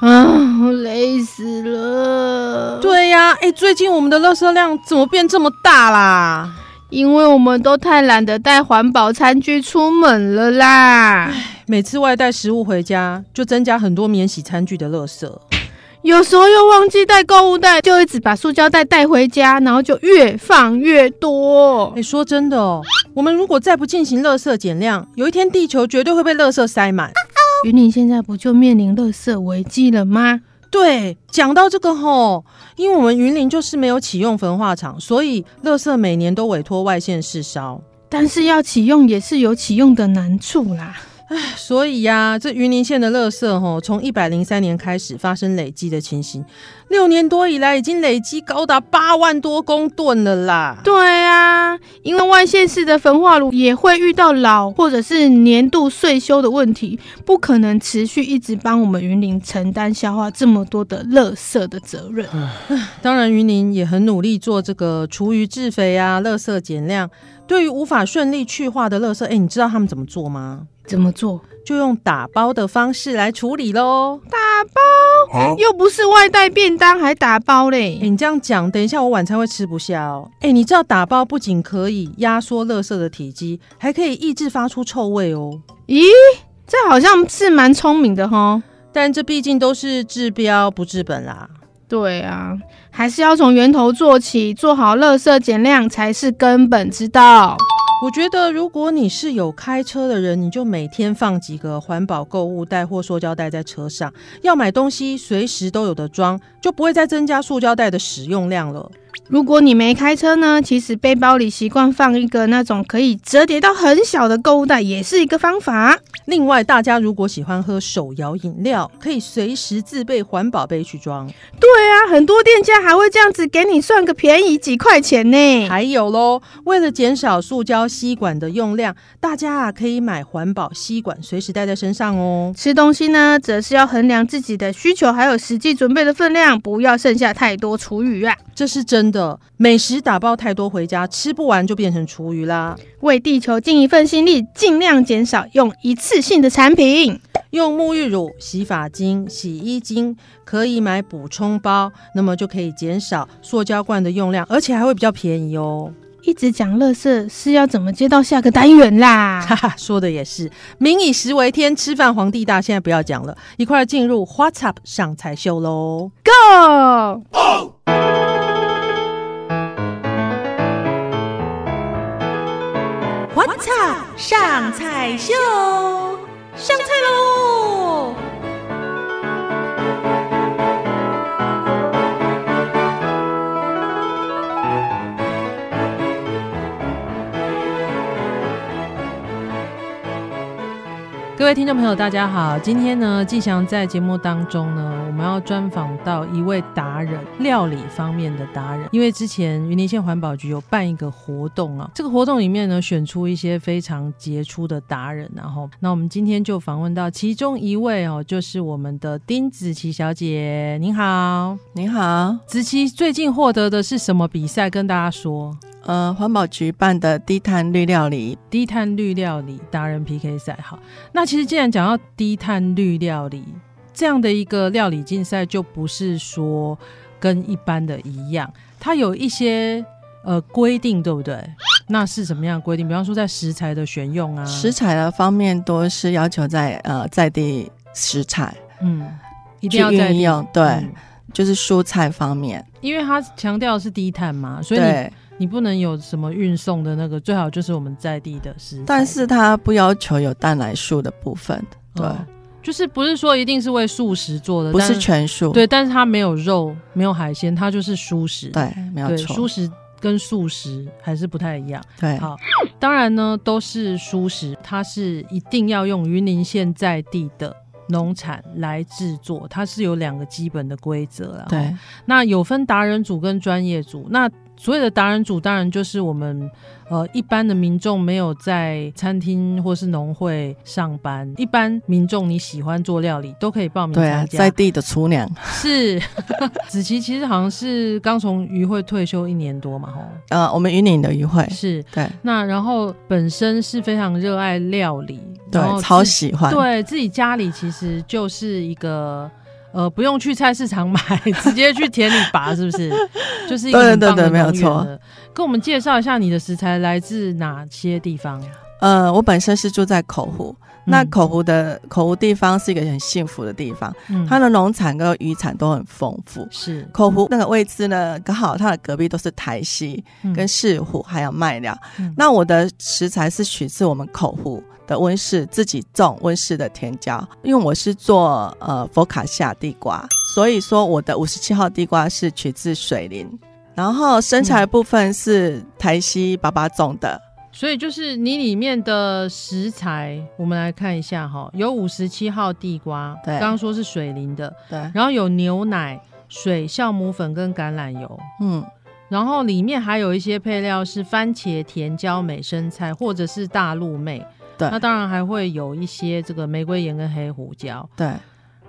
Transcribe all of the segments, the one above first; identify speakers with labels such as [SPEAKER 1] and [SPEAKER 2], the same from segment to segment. [SPEAKER 1] 啊，我累死了。，
[SPEAKER 2] 对呀、哎、最近我们的垃圾量怎么变这么大啦？
[SPEAKER 1] 因为我们都太懒得带环保餐具出门了啦。
[SPEAKER 2] 每次外带食物回家，就增加很多免洗餐具的垃圾。
[SPEAKER 1] 有时候又忘记带购物袋，就一直把塑胶袋带回家，然后就越放越多
[SPEAKER 2] 哎、。说真的哦，我们如果再不进行垃圾减量，有一天地球绝对会被垃圾塞满。
[SPEAKER 1] 云林现在不就面临垃圾危机了吗？
[SPEAKER 2] 对，讲到这个吼，因为我们云林就是没有启用焚化厂，所以垃圾每年都委托外县市烧。
[SPEAKER 1] 但是要启用也是有启用的难处啦。
[SPEAKER 2] 所以呀、这云林县的垃圾吼，从一百零三年开始发生累积的情形，六年多以来已经累积高达八万多公吨了啦。
[SPEAKER 1] 对啊，因为外县市的焚化炉也会遇到老或者是年度税修的问题，不可能持续一直帮我们云林承担消化这么多的垃圾的责任。
[SPEAKER 2] 当然，云林也很努力做这个厨余制肥啊、垃圾减量。对于无法顺利去化的垃圾，哎，你知道他们怎么做吗？
[SPEAKER 1] 怎么做？
[SPEAKER 2] 就用打包的方式来处理喽。
[SPEAKER 1] 打包，又不是外带便当，还打包嘞
[SPEAKER 2] 哎，。你这样讲，等一下我晚餐会吃不下哦。哎，你知道打包不仅可以压缩垃圾的体积，还可以抑制发出臭味哦。
[SPEAKER 1] 咦，这好像是蛮聪明的哈。
[SPEAKER 2] 但这毕竟都是治标不治本啦。
[SPEAKER 1] 对啊，还是要从源头做起，做好垃圾减量才是根本之道。
[SPEAKER 2] 我觉得，如果你是有开车的人，你就每天放几个环保购物袋或塑胶袋在车上，要买东西随时都有的装，就不会再增加塑胶袋的使用量了。
[SPEAKER 1] 如果你没开车呢，其实背包里习惯放一个那种可以折叠到很小的购物袋，也是一个方法。
[SPEAKER 2] 另外，大家如果喜欢喝手摇饮料，可以随时自备环保杯去装。
[SPEAKER 1] 对啊，很多店家还会这样子给你算个便宜几块钱呢。
[SPEAKER 2] 还有喽，为了减少塑胶吸管的用量，大家啊可以买环保吸管，随时带在身上哦。
[SPEAKER 1] 吃东西呢，则是要衡量自己的需求，还有实际准备的分量，不要剩下太多厨余啊。
[SPEAKER 2] 这是真的，美食打包太多回家，吃不完就变成厨余啦。
[SPEAKER 1] 为地球尽一份心力，尽量减少用一次性的产品。
[SPEAKER 2] 用沐浴乳、洗发精、洗衣精可以买补充包，那么就可以减少塑胶罐的用量，而且还会比较便宜哦。
[SPEAKER 1] 一直讲乐色是要怎么接到下个单元
[SPEAKER 2] 哈
[SPEAKER 1] 啦？
[SPEAKER 2] 哈，说的也是，民以食为天，吃饭皇帝大。现在不要讲了，一块儿进入 WhatsApp 上菜秀喽。
[SPEAKER 1] 哦，
[SPEAKER 3] What's up？上菜秀，上菜喽！
[SPEAKER 2] 各位听众朋友，大家好，今天呢，季翔在节目当中呢，我们要专访到一位达人，料理方面的达人。因为之前云林县环保局有办一个活动啊，这个活动里面呢，选出一些非常杰出的达人，然后，那我们今天就访问到其中一位哦，就是我们的丁子琪小姐，您好，
[SPEAKER 4] 您好，
[SPEAKER 2] 子琪最近获得的是什么比赛？跟大家说，
[SPEAKER 4] 呃，环保局办的低碳绿料理，
[SPEAKER 2] 低碳绿料理达人 PK 赛。好，那其实既然讲到低碳绿料理这样的一个料理竞赛，就不是说跟一般的一样，它有一些呃规定，对不对？那是什么样的规定？比方说在食材的选用啊，
[SPEAKER 4] 食材的方面多是要求在呃在地食材
[SPEAKER 2] 嗯，一
[SPEAKER 4] 去
[SPEAKER 2] 定要在
[SPEAKER 4] 运用，对，
[SPEAKER 2] 嗯
[SPEAKER 4] 就是蔬菜方面，
[SPEAKER 2] 因为它强调的是低碳嘛，所以你
[SPEAKER 4] 对，
[SPEAKER 2] 你不能有什么运送的那个，最好就是我们在地的食材。
[SPEAKER 4] 但是它不要求有蛋奶素的部分，对，
[SPEAKER 2] 哦就是不是说一定是为素食做的，
[SPEAKER 4] 不
[SPEAKER 2] 呃但
[SPEAKER 4] 是全素，
[SPEAKER 2] 对，但是它没有肉，没有海鲜，它就是素食。
[SPEAKER 4] 对，没有
[SPEAKER 2] 对，
[SPEAKER 4] 错
[SPEAKER 2] 素，食跟素食还是不太一样。
[SPEAKER 4] 对，
[SPEAKER 2] 好当然呢，都是素食，它是一定要用云林县在地的农产来制作，它是有两个基本的规则啦。
[SPEAKER 4] 对，
[SPEAKER 2] 那有分达人组跟专业组。那所谓的达人组，当然就是我们呃一般的民众没有在餐厅或是农会上班，一般民众你喜欢做料理都可以报名
[SPEAKER 4] 对啊，
[SPEAKER 2] 参加。
[SPEAKER 4] 在地的厨娘，
[SPEAKER 2] 是 子琪其实好像是刚从渔会退休一年多嘛，吼，
[SPEAKER 4] 呃，我们云岭的渔会，
[SPEAKER 2] 是。
[SPEAKER 4] 对
[SPEAKER 2] 那然后本身是非常热爱料理，然后
[SPEAKER 4] 对，
[SPEAKER 2] 自
[SPEAKER 4] 超喜欢，
[SPEAKER 2] 哦对自己家里其实就是一个。呃，不用去菜市场买， 直接去田里拔，是不是？就是一个
[SPEAKER 4] 对
[SPEAKER 2] 很
[SPEAKER 4] 对
[SPEAKER 2] 棒的
[SPEAKER 4] 对没有
[SPEAKER 2] 农园
[SPEAKER 4] 错
[SPEAKER 2] 了。跟我们介绍一下你的食材来自哪些地方？
[SPEAKER 4] 呃，我本身是住在口湖，那
[SPEAKER 2] 嗯
[SPEAKER 4] 口湖的口湖地方是一个很幸福的地方，
[SPEAKER 2] 嗯
[SPEAKER 4] 它的农产跟渔产都很丰富。
[SPEAKER 2] 是
[SPEAKER 4] 口湖那个位置呢，刚好它的隔壁都是台西、
[SPEAKER 2] 嗯
[SPEAKER 4] 跟市湖，还有麦寮。
[SPEAKER 2] 嗯
[SPEAKER 4] 那我的食材是取自我们口湖的温室自己种温室的甜椒，因为我是做呃佛卡夏地瓜，所以说我的五十七号地瓜是取自水林，然后生材的部分是台西爸爸种的，
[SPEAKER 2] 所以就是你里面的食材，我们来看一下哈，有五十七号地瓜，
[SPEAKER 4] 对
[SPEAKER 2] 刚刚说是水灵的，
[SPEAKER 4] 对，
[SPEAKER 2] 然后有牛奶、水、酵母粉跟橄榄油，
[SPEAKER 4] 嗯，
[SPEAKER 2] 然后里面还有一些配料是番茄、甜椒、美生菜或者是大陆妹。
[SPEAKER 4] 对
[SPEAKER 2] 那当然还会有一些这个玫瑰盐跟黑胡椒。
[SPEAKER 4] 对。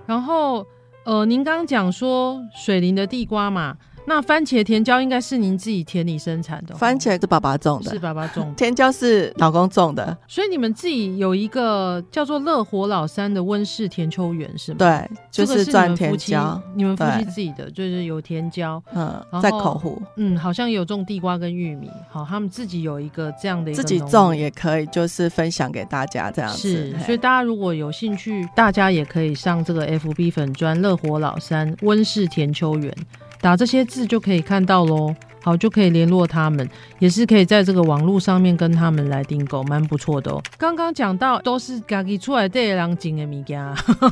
[SPEAKER 2] 然后，呃，您刚刚讲说水灵的地瓜嘛，那番茄、甜椒应该是您自己田里生产的哦，
[SPEAKER 4] 番茄是爸爸种的
[SPEAKER 2] 是，爸爸种的，
[SPEAKER 4] 甜椒是老公种的，
[SPEAKER 2] 所以你们自己有一个叫做乐活老三的温室甜秋园是吗？，
[SPEAKER 4] 对，就
[SPEAKER 2] 这个是
[SPEAKER 4] 赚甜椒。
[SPEAKER 2] 你们夫妻，你们夫
[SPEAKER 4] 对
[SPEAKER 2] 妻自己的就是有甜椒，
[SPEAKER 4] 嗯
[SPEAKER 2] 然后，
[SPEAKER 4] 在口湖
[SPEAKER 2] 嗯，好像有种地瓜跟玉米，好，他们自己有一个这样的一个
[SPEAKER 4] 自己
[SPEAKER 2] 农
[SPEAKER 4] 种
[SPEAKER 2] 园
[SPEAKER 4] 也可以，就是分享给大家这样子。
[SPEAKER 2] 是，
[SPEAKER 4] 嘿
[SPEAKER 2] 所以大家如果有兴趣，大家也可以上这个 FB 粉砖乐活老三温室田秋园，打这些字就可以看到喽。好，就可以联络他们，也是可以在这个网络上面跟他们来订购，蛮不错的哦。刚刚讲到都是家己出来的人种的物件，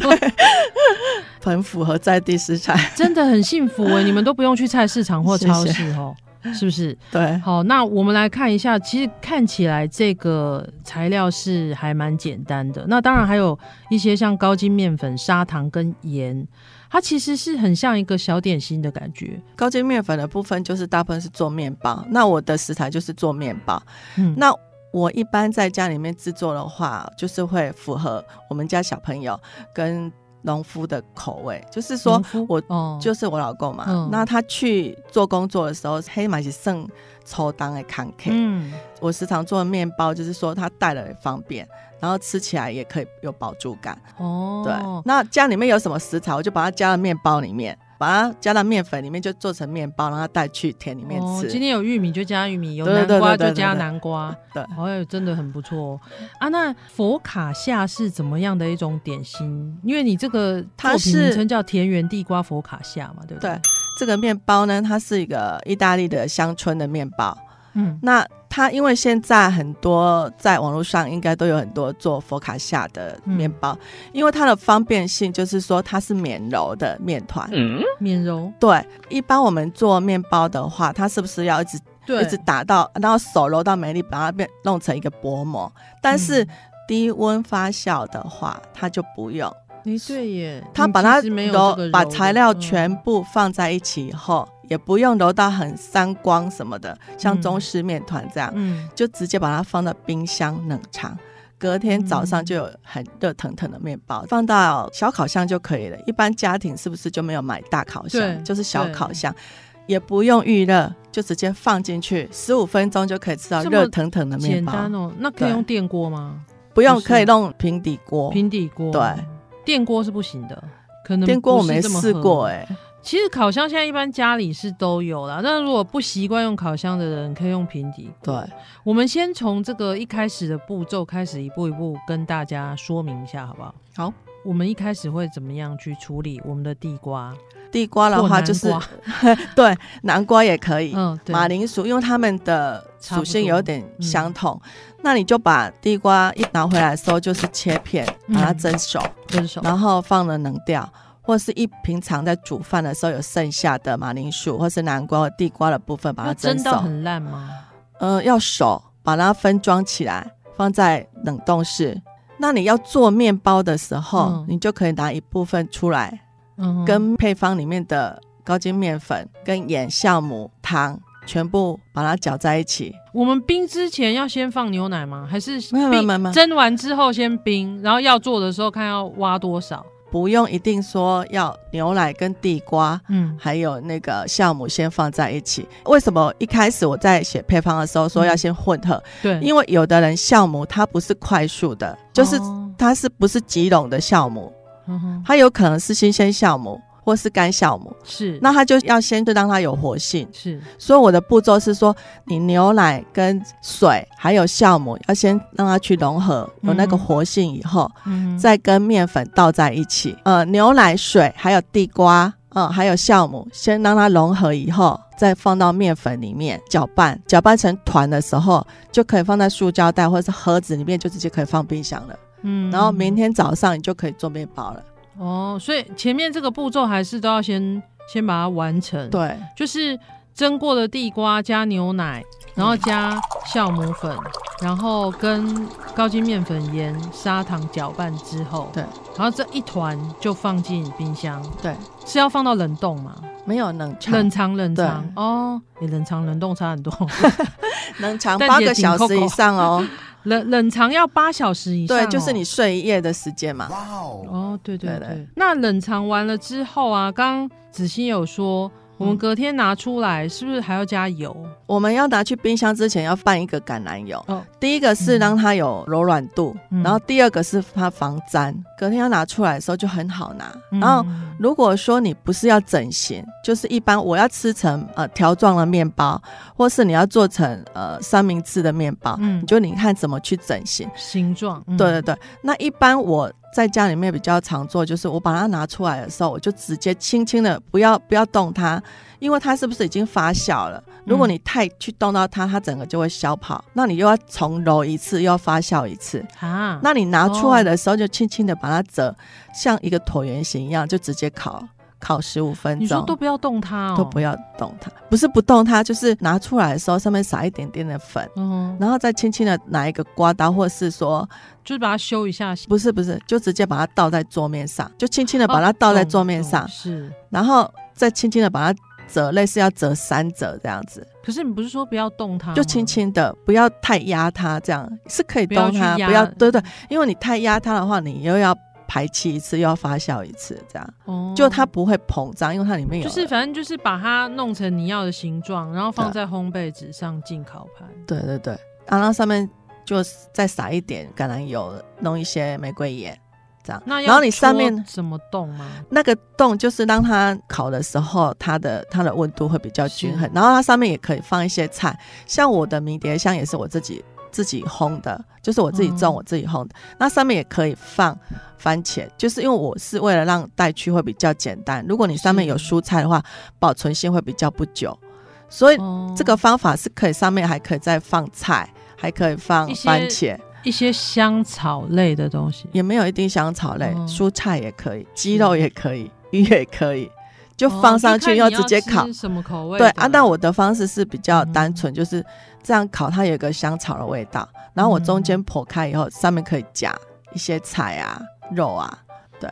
[SPEAKER 4] 很符合在地食材。
[SPEAKER 2] 真的很幸福哎，你们都不用去菜市场或
[SPEAKER 4] 谢谢
[SPEAKER 2] 超市哦，是不是？
[SPEAKER 4] 对，
[SPEAKER 2] 好，那我们来看一下，其实看起来这个材料是还蛮简单的。那当然还有一些像高筋面粉、砂糖跟盐，它其实是很像一个小点心的感觉。
[SPEAKER 4] 高筋面粉的部分就是大部分是做面包，那我的食材就是做面包。
[SPEAKER 2] 嗯，
[SPEAKER 4] 那我一般在家里面制作的话，就是会符合我们家小朋友跟农夫的口味，就是说
[SPEAKER 2] 农夫
[SPEAKER 4] 我
[SPEAKER 2] 哦
[SPEAKER 4] 就是我老公嘛，
[SPEAKER 2] 嗯
[SPEAKER 4] 那他去做工作的时候，黑马是剩抽当的看 K、
[SPEAKER 2] 嗯
[SPEAKER 4] 我时常做的面包，就是说它带了也方便，然后吃起来也可以有饱足感。
[SPEAKER 2] 哦，
[SPEAKER 4] 对，那家里面有什么食材，我就把它加到面包里面，把它加到面粉里面，就做成面包，然后带去田里面
[SPEAKER 2] 哦
[SPEAKER 4] 吃。，
[SPEAKER 2] 今天有玉米就加玉米，有
[SPEAKER 4] 对对
[SPEAKER 2] 南
[SPEAKER 4] 对
[SPEAKER 2] 瓜
[SPEAKER 4] 对
[SPEAKER 2] 就
[SPEAKER 4] 对
[SPEAKER 2] 加
[SPEAKER 4] 对
[SPEAKER 2] 南瓜，
[SPEAKER 4] 对
[SPEAKER 2] 好像真的很不错哦啊。那佛卡夏是怎么样的一种点心？因为你这个
[SPEAKER 4] 它
[SPEAKER 2] 作品名
[SPEAKER 4] 是
[SPEAKER 2] 称叫田园地瓜佛卡夏嘛，对不对
[SPEAKER 4] 对？这个面包呢，它是一个意大利的乡村的面包。
[SPEAKER 2] 嗯
[SPEAKER 4] 那它因为现在很多在网络上应该都有很多做佛卡夏的面包，
[SPEAKER 2] 嗯
[SPEAKER 4] 因为它的方便性，就是说它是免揉的面团。
[SPEAKER 2] 免揉，
[SPEAKER 4] 对，一般我们做面包的话，它是不是要一直
[SPEAKER 2] 对
[SPEAKER 4] 一直打到，然后手揉到没力，把它变弄成一个薄膜？但是
[SPEAKER 2] 嗯
[SPEAKER 4] 低温发酵的话，它就不用，
[SPEAKER 2] 诶，对耶，
[SPEAKER 4] 它
[SPEAKER 2] 你嗯
[SPEAKER 4] 把
[SPEAKER 2] 其
[SPEAKER 4] 它
[SPEAKER 2] 实没有这
[SPEAKER 4] 揉
[SPEAKER 2] 个，
[SPEAKER 4] 把
[SPEAKER 2] 揉
[SPEAKER 4] 材
[SPEAKER 2] 的
[SPEAKER 4] 料
[SPEAKER 2] 嗯
[SPEAKER 4] 全部放在一起以后，也不用揉到很三光什么的，像
[SPEAKER 2] 嗯
[SPEAKER 4] 中式面团这样，
[SPEAKER 2] 嗯
[SPEAKER 4] 就直接把它放到冰箱冷藏。隔天早上
[SPEAKER 2] 嗯
[SPEAKER 4] 就有很热腾腾的面包，放到小烤箱就可以了。一般家庭是不是就没有买大烤
[SPEAKER 2] 对
[SPEAKER 4] 箱，就是小
[SPEAKER 2] 对
[SPEAKER 4] 烤箱，也不用预热，就直接放进去，十五分钟就可以吃到
[SPEAKER 2] 这么
[SPEAKER 4] 热腾腾的面
[SPEAKER 2] 简
[SPEAKER 4] 包。
[SPEAKER 2] 单哦。那可以
[SPEAKER 4] 对
[SPEAKER 2] 用电锅吗？
[SPEAKER 4] 不用
[SPEAKER 2] 不是
[SPEAKER 4] 可以弄平底锅，
[SPEAKER 2] 平底锅
[SPEAKER 4] 对，
[SPEAKER 2] 电锅是不行的，可能
[SPEAKER 4] 电锅
[SPEAKER 2] 不
[SPEAKER 4] 我
[SPEAKER 2] 是
[SPEAKER 4] 没
[SPEAKER 2] 这么
[SPEAKER 4] 试
[SPEAKER 2] 合
[SPEAKER 4] 过哎、
[SPEAKER 2] 其实烤箱现在一般家里是都有啦，那如果不习惯用烤箱的人，可以用平底。
[SPEAKER 4] 对，
[SPEAKER 2] 我们先从这个一开始的步骤开始，一步一步跟大家说明一下，好不好？
[SPEAKER 4] 好，
[SPEAKER 2] 我们一开始会怎么样去处理我们的地瓜？
[SPEAKER 4] 地瓜的
[SPEAKER 2] 或
[SPEAKER 4] 话
[SPEAKER 2] 南
[SPEAKER 4] 就是
[SPEAKER 2] 瓜
[SPEAKER 4] 对南瓜也可以，
[SPEAKER 2] 嗯，对，
[SPEAKER 4] 马铃薯，因为它们的属性有点相同，
[SPEAKER 2] 嗯
[SPEAKER 4] 那你就把地瓜一拿回来的时候，就是切片，
[SPEAKER 2] 嗯
[SPEAKER 4] 把它蒸熟，
[SPEAKER 2] 分手。
[SPEAKER 4] 然后放了冷掉，或是一平常在煮饭的时候有剩下的马铃薯或是南瓜或地瓜的部分，把
[SPEAKER 2] 要
[SPEAKER 4] 它
[SPEAKER 2] 蒸
[SPEAKER 4] 啊熟
[SPEAKER 2] 到，很烂吗？
[SPEAKER 4] 嗯、要熟，把它分装起来，放在冷冻室。那你要做面包的时候，
[SPEAKER 2] 嗯
[SPEAKER 4] 你就可以拿一部分出来，
[SPEAKER 2] 嗯哼
[SPEAKER 4] 跟配方里面的高筋面粉、跟盐、酵母、糖全部把它搅在一起。
[SPEAKER 2] 我们冰之前要先放牛奶吗？还是
[SPEAKER 4] 没有没有
[SPEAKER 2] 冰
[SPEAKER 4] 没有没有
[SPEAKER 2] 蒸完之后先冰，然后要做的时候看要挖多少？
[SPEAKER 4] 不用一定说要牛奶跟地瓜，
[SPEAKER 2] 嗯
[SPEAKER 4] 还有那个酵母先放在一起。为什么一开始我在写配方的时候
[SPEAKER 2] 嗯
[SPEAKER 4] 说要先混合？
[SPEAKER 2] 对，
[SPEAKER 4] 因为有的人酵母它不是快速的，就是
[SPEAKER 2] 哦
[SPEAKER 4] 它是不是即溶的酵母，
[SPEAKER 2] 嗯哼
[SPEAKER 4] 它有可能是新鲜酵母或是干酵母，
[SPEAKER 2] 是
[SPEAKER 4] 那它就要先就让它有活性。
[SPEAKER 2] 是
[SPEAKER 4] 所以我的步骤是说，你牛奶跟水还有酵母要先让它去融合，有那个
[SPEAKER 2] 嗯
[SPEAKER 4] 活性以后，
[SPEAKER 2] 嗯哼
[SPEAKER 4] 再跟面粉倒在一起。呃，牛奶、水还有地瓜，嗯，还有酵母，先让它融合以后，再放到面粉里面搅拌，搅拌成团的时候，就可以放在塑胶袋或者是盒子里面，就直接可以放冰箱了。
[SPEAKER 2] 嗯
[SPEAKER 4] 然后明天早上你就可以做面包了。
[SPEAKER 2] 哦，所以前面这个步骤还是都要先先把它完成。，
[SPEAKER 4] 对，
[SPEAKER 2] 就是蒸过的地瓜加牛奶，然后加酵母粉，然后跟高筋面粉、盐、砂糖搅拌之后，
[SPEAKER 4] 对，
[SPEAKER 2] 然后这一团就放进冰箱，
[SPEAKER 4] 对，
[SPEAKER 2] 是要放到冷冻吗？
[SPEAKER 4] 没有冷藏，
[SPEAKER 2] 冷藏冷藏
[SPEAKER 4] 对
[SPEAKER 2] 哦，你冷藏冷冻差很多，
[SPEAKER 4] 冷藏
[SPEAKER 2] 但
[SPEAKER 4] 八
[SPEAKER 2] 也
[SPEAKER 4] 个
[SPEAKER 2] 挺
[SPEAKER 4] 小
[SPEAKER 2] 扣
[SPEAKER 4] 时以
[SPEAKER 2] 扣
[SPEAKER 4] 上哦。
[SPEAKER 2] 冷冷藏要八小时以上哦、
[SPEAKER 4] 对，就是你睡一夜的时间嘛。
[SPEAKER 2] 哦，对对对。
[SPEAKER 4] 对对
[SPEAKER 2] 那冷藏完了之后啊，刚刚子欣有说，我们
[SPEAKER 4] 嗯
[SPEAKER 2] 隔天拿出来是不是还要加油？
[SPEAKER 4] 我们要拿去冰箱之前要拌一个橄榄油。
[SPEAKER 2] 哦
[SPEAKER 4] 第一个是让它有柔软度，
[SPEAKER 2] 嗯
[SPEAKER 4] 然后第二个是它防粘，隔天要拿出来的时候就很好拿。
[SPEAKER 2] 嗯
[SPEAKER 4] 然后如果说你不是要整形，就是一般我要吃成呃条状的面包，或是你要做成呃三明治的面包，
[SPEAKER 2] 嗯
[SPEAKER 4] 你就你看怎么去整形。
[SPEAKER 2] 形状，嗯
[SPEAKER 4] 对对对，那一般我在家里面比较常做，就是我把它拿出来的时候，我就直接轻轻的，不要不要动它，因为它是不是已经发酵了？如果
[SPEAKER 2] 嗯
[SPEAKER 4] 你太去动到它，它整个就会消泡，那你又要重揉一次，又要发酵一次。
[SPEAKER 2] 啊，
[SPEAKER 4] 那你拿出来的时候，就轻轻的把它折，像一个椭圆形一样，就直接烤，烤十五分
[SPEAKER 2] 你说
[SPEAKER 4] 钟
[SPEAKER 2] 都。不要动它、哦，
[SPEAKER 4] 都不要动它，不是不动它，就是拿出来的时候上面撒一点点的粉，
[SPEAKER 2] 嗯哼，
[SPEAKER 4] 然后再轻轻的拿一个刮刀，或是说
[SPEAKER 2] 就是把它修一下，
[SPEAKER 4] 不是不是，就直接把它倒在桌面上，就轻轻的把它倒在桌面上，
[SPEAKER 2] 哦懂懂是。
[SPEAKER 4] 然后再轻轻的把它折，类似要折三折这样子，
[SPEAKER 2] 可是你不是说不要动它吗，
[SPEAKER 4] 就轻轻的，不要太压它，这样是可以
[SPEAKER 2] 哦不要
[SPEAKER 4] 动
[SPEAKER 2] 去
[SPEAKER 4] 它，
[SPEAKER 2] 压
[SPEAKER 4] 不要对对，因为你太压它的话，你又要排气一次，又要发酵一次，这样
[SPEAKER 2] 哦
[SPEAKER 4] 就它不会膨胀，因为它里面有
[SPEAKER 2] 就是反正就是把它弄成你要的形状，然后放在烘焙纸上进烤盘。
[SPEAKER 4] 对对对，啊，然后上面就再撒一点橄榄油，弄一些玫瑰盐，这样，
[SPEAKER 2] 那要
[SPEAKER 4] 然后你上面
[SPEAKER 2] 戳什么洞吗？
[SPEAKER 4] 那个洞就是让它烤的时候，它的它的温度会比较均衡，然后它上面也可以放一些菜，像我的迷迭香也是我自己自己烘的，就是我自己
[SPEAKER 2] 嗯
[SPEAKER 4] 种、我自己烘的，那上面也可以放番茄，就是因为我是为了让带去会比较简单，如果你上面
[SPEAKER 2] 是
[SPEAKER 4] 有蔬菜的话，保存性会比较不久，所以
[SPEAKER 2] 哦
[SPEAKER 4] 这个方法是可以上面还可以再放菜，还可以放
[SPEAKER 2] 一些
[SPEAKER 4] 番茄。
[SPEAKER 2] 一些香草类的东西，
[SPEAKER 4] 也没有一定香草类，
[SPEAKER 2] 嗯
[SPEAKER 4] 蔬菜也可以，鸡肉也可以，鱼也可以，就
[SPEAKER 2] 哦
[SPEAKER 4] 放上去，
[SPEAKER 2] 要
[SPEAKER 4] 直接烤。
[SPEAKER 2] 什么口味的？
[SPEAKER 4] 对啊，那我的方式是比较单
[SPEAKER 2] 嗯
[SPEAKER 4] 纯，就是这样烤，它有一个香草的味道，然后我中间剖开以后，上面可以夹一些菜啊、肉啊。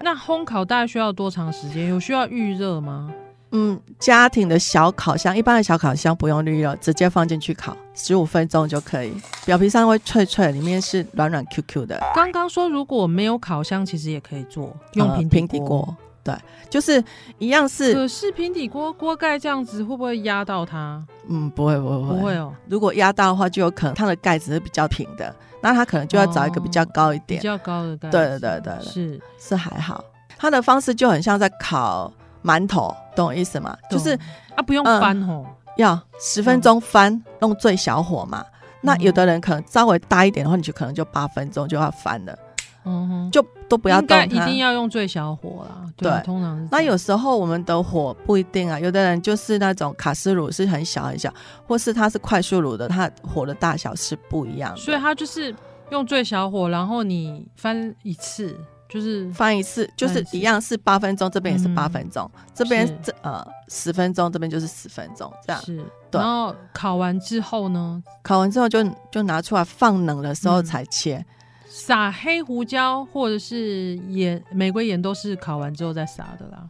[SPEAKER 2] 那烘烤大概需要多长时间？有需要预热吗？
[SPEAKER 4] 嗯，家庭的小烤箱，一般的小烤箱不用滤热，直接放进去烤，十五分钟就可以。表皮上会脆脆，里面是软软 Q Q 的。
[SPEAKER 2] 刚刚说如果没有烤箱，其实也可以做，用
[SPEAKER 4] 呃
[SPEAKER 2] 平
[SPEAKER 4] 平
[SPEAKER 2] 底
[SPEAKER 4] 底锅，对，就是一样是，
[SPEAKER 2] 可是平底锅锅盖这样子会不会压到它？
[SPEAKER 4] 嗯，不会不会
[SPEAKER 2] 不会哦，
[SPEAKER 4] 如果压大的话，就有可能它的盖子是比较平的，那它可能就要找一个比较高一
[SPEAKER 2] 哦比
[SPEAKER 4] 点，
[SPEAKER 2] 较高的盖子。
[SPEAKER 4] 对对对对对
[SPEAKER 2] 是
[SPEAKER 4] 是还好。它的方式就很像在烤馒头，懂我意思吗？就是
[SPEAKER 2] 懂啊，不用
[SPEAKER 4] 嗯
[SPEAKER 2] 翻哦。
[SPEAKER 4] 要十分钟翻，用最小火嘛。
[SPEAKER 2] 嗯
[SPEAKER 4] 那有的人可能稍微大一点的话，你就可能就八分钟就要翻了，
[SPEAKER 2] 嗯哼，
[SPEAKER 4] 就都不要
[SPEAKER 2] 应该
[SPEAKER 4] 动
[SPEAKER 2] 一
[SPEAKER 4] 它
[SPEAKER 2] 定。要用最小火啦。对啊，
[SPEAKER 4] 对
[SPEAKER 2] 通常是这
[SPEAKER 4] 那
[SPEAKER 2] 样
[SPEAKER 4] 有时候我们的火不一定啊，有的人就是那种卡式炉是很小很小，或是它是快速炉的，它火的大小是不一样的。
[SPEAKER 2] 所以它就是用最小火，然后你翻一次，就是
[SPEAKER 4] 翻一次，就
[SPEAKER 2] 翻一
[SPEAKER 4] 是
[SPEAKER 2] 次
[SPEAKER 4] 一样是八分钟，这边也是
[SPEAKER 2] 嗯
[SPEAKER 4] 八分钟，这边
[SPEAKER 2] 是
[SPEAKER 4] 这呃十分钟，这边就是十分钟，这样
[SPEAKER 2] 是。
[SPEAKER 4] 对
[SPEAKER 2] 然后烤完之后呢，
[SPEAKER 4] 烤完之后就就拿出来放冷的时候
[SPEAKER 2] 嗯
[SPEAKER 4] 才切，
[SPEAKER 2] 撒黑胡椒或者是盐、玫瑰盐都是烤完之后再撒的啦。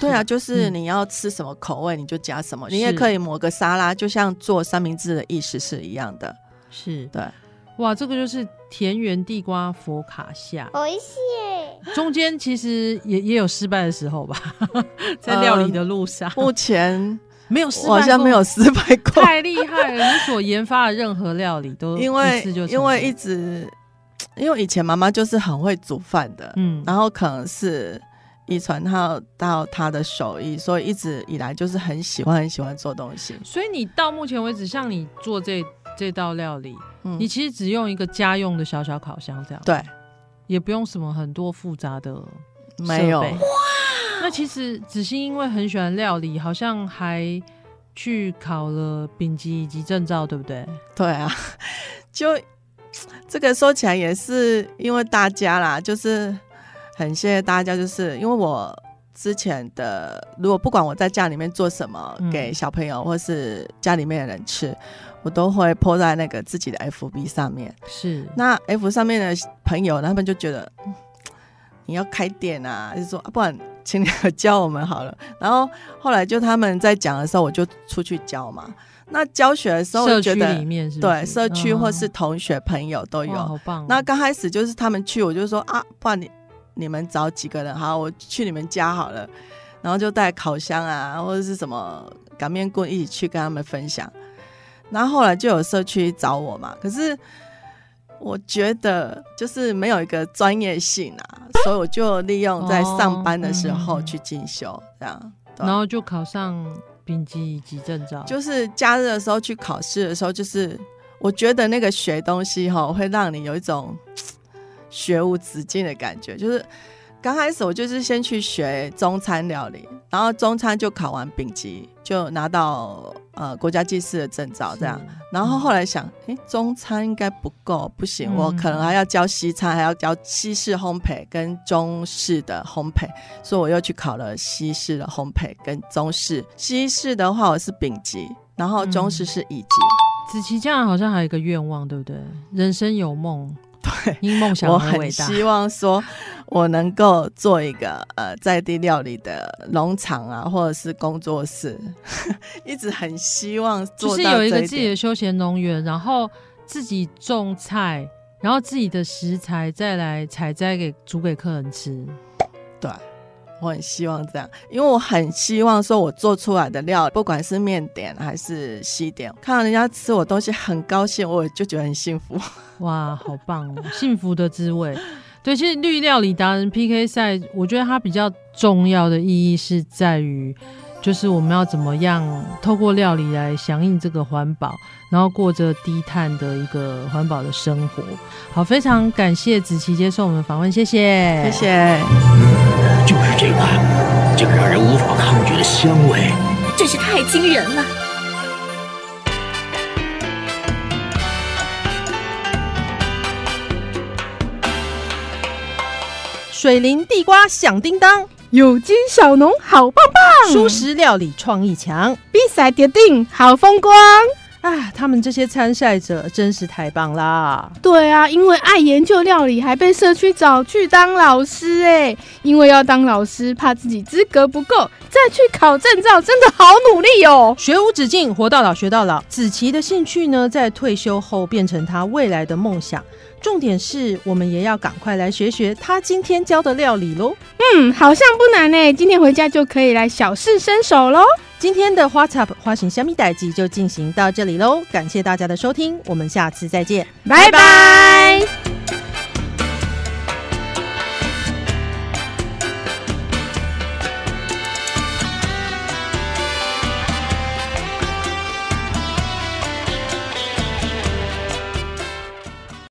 [SPEAKER 4] 对啊，
[SPEAKER 2] 是
[SPEAKER 4] 就是
[SPEAKER 2] 嗯
[SPEAKER 4] 你要吃什么口味你就加什么，你也
[SPEAKER 2] 是
[SPEAKER 4] 可以抹个沙拉，就像做三明治的意思是一样的。
[SPEAKER 2] 是
[SPEAKER 4] 对，
[SPEAKER 2] 哇，这个就是田园地瓜佛卡夏，
[SPEAKER 5] 美味しい。
[SPEAKER 2] 中间其实也也有失败的时候吧， 在料理的路上、
[SPEAKER 4] 目前
[SPEAKER 2] 没有失败
[SPEAKER 4] 嗯我
[SPEAKER 2] 过，
[SPEAKER 4] 好像没有失败过，
[SPEAKER 2] 太厉害了！你所研发的任何料理都
[SPEAKER 4] 因为
[SPEAKER 2] 一次就成
[SPEAKER 4] 因为
[SPEAKER 2] 功
[SPEAKER 4] 一直因为以前妈妈就是很会煮饭的，
[SPEAKER 2] 嗯
[SPEAKER 4] 然后可能是遗传到到她的手艺，所以一直以来就是很喜欢很喜欢做东西。
[SPEAKER 2] 所以你到目前为止，像你做这这道料理，
[SPEAKER 4] 嗯
[SPEAKER 2] 你其实只用一个家用的小小烤箱这样，，
[SPEAKER 4] 对，
[SPEAKER 2] 也不用什么很多复杂的
[SPEAKER 4] 没有
[SPEAKER 2] 设备那其实子欣因为很喜欢料理，好像还去考了丙级以及证照，对不对？
[SPEAKER 4] 对啊， 就这个说起来也是因为大家啦，就是很谢谢大家，就是因为我之前的，如果不管我在家里面做什么，
[SPEAKER 2] 嗯
[SPEAKER 4] 给小朋友或是家里面的人吃，我都会 po 在那个自己的 FB 上面。
[SPEAKER 2] 是，
[SPEAKER 4] 那 F 上面的朋友，他们就觉得嗯你要开店啊，就说、啊、不然请你来教我们好了。 然后后来就他们在讲的时候，我就出去教嘛。那教学的时候，
[SPEAKER 2] 社
[SPEAKER 4] 我
[SPEAKER 2] 区
[SPEAKER 4] 觉得
[SPEAKER 2] 里面是不
[SPEAKER 4] 对，
[SPEAKER 2] 是
[SPEAKER 4] 社区或是
[SPEAKER 2] 嗯
[SPEAKER 4] 同学朋友都
[SPEAKER 2] 哇
[SPEAKER 4] 有。
[SPEAKER 2] 好棒哦。
[SPEAKER 4] 那刚开始就是他们去，我就说啊，不然你你们找几个人，好，我去你们家好了。然后就带烤箱啊，或者是什么擀面棍一起去跟他们分享。然后后来就有社区找我嘛，可是我觉得就是没有一个专业性啊，所以我就利用在上班的时
[SPEAKER 2] 哦
[SPEAKER 4] 候
[SPEAKER 2] 嗯
[SPEAKER 4] 去进修，这样。对
[SPEAKER 2] 哦然后就考上丙级以及证照，
[SPEAKER 4] 就是假日的时候去考试的时候，就是我觉得那个学东西哈、会让你有一种学无止境的感觉。就是刚开始我就是先去学中餐料理，然后中餐就考完丙级，就拿到呃国家祭祀的证照这样
[SPEAKER 2] 是。
[SPEAKER 4] 然后后来想，诶，中餐应该不够，不行，
[SPEAKER 2] 嗯
[SPEAKER 4] 我可能还要教西餐，还要教西式烘焙跟中式的烘焙，所以我又去考了西式的烘焙跟中式。西式的话我是丙级，然后中
[SPEAKER 2] 嗯
[SPEAKER 4] 式是乙级。
[SPEAKER 2] 子琪这样好像还有一个愿望，对不对？人生有梦，
[SPEAKER 4] 对，
[SPEAKER 2] 因梦想
[SPEAKER 4] 我
[SPEAKER 2] 而
[SPEAKER 4] 很
[SPEAKER 2] 伟大。
[SPEAKER 4] 希望说，我能够做一个呃在地料理的农场啊，或者是工作室， 一直很希望
[SPEAKER 2] 就
[SPEAKER 4] 做
[SPEAKER 2] 是
[SPEAKER 4] 到
[SPEAKER 2] 有一个
[SPEAKER 4] 这
[SPEAKER 2] 自己
[SPEAKER 4] 点
[SPEAKER 2] 的。休闲农园，然后自己种菜，然后自己的食材再来采摘给煮给客人吃。
[SPEAKER 4] 对，我很希望这样，因为我很希望说，我做出来的料理，不管是面点还是西点，看到人家吃我东西很高兴，我就觉得很幸福。
[SPEAKER 2] 哇，好棒哦，幸福的滋味。对，其实绿料理达人 PK 赛，我觉得它比较重要的意义是在于，就是我们要怎么样透过料理来响应这个环保，然后过着低碳的一个环保的生活。好，非常感谢子琪接受我们访问，谢谢，
[SPEAKER 4] 谢。谢。
[SPEAKER 6] 就是这个，这个让人无法抗拒的香味。
[SPEAKER 7] 真是太惊人了。
[SPEAKER 3] 水灵地瓜响叮当，
[SPEAKER 1] 有机小农好棒棒，
[SPEAKER 3] 舒适料理创意强
[SPEAKER 1] 比赛决定好风光。
[SPEAKER 3] 啊！他们这些参赛者真是太棒啦！
[SPEAKER 1] 对啊，因为爱研究料理，还被社区找去当老师哎。因为要当老师，怕自己资格不够，再去考证照，真的好努力哦。
[SPEAKER 3] 学无止境，活到老学到老。子琪的兴趣呢，在退休后变成她未来的梦想。重点是我们也要赶快来学学她今天教的料理喽。
[SPEAKER 1] 嗯，好像不难哎，今天回家就可以来小试身手喽。
[SPEAKER 3] 今天的花 t u b 花型虾米代记就进行到这里喽，感谢大家的收听，我们下次再见。
[SPEAKER 1] 拜拜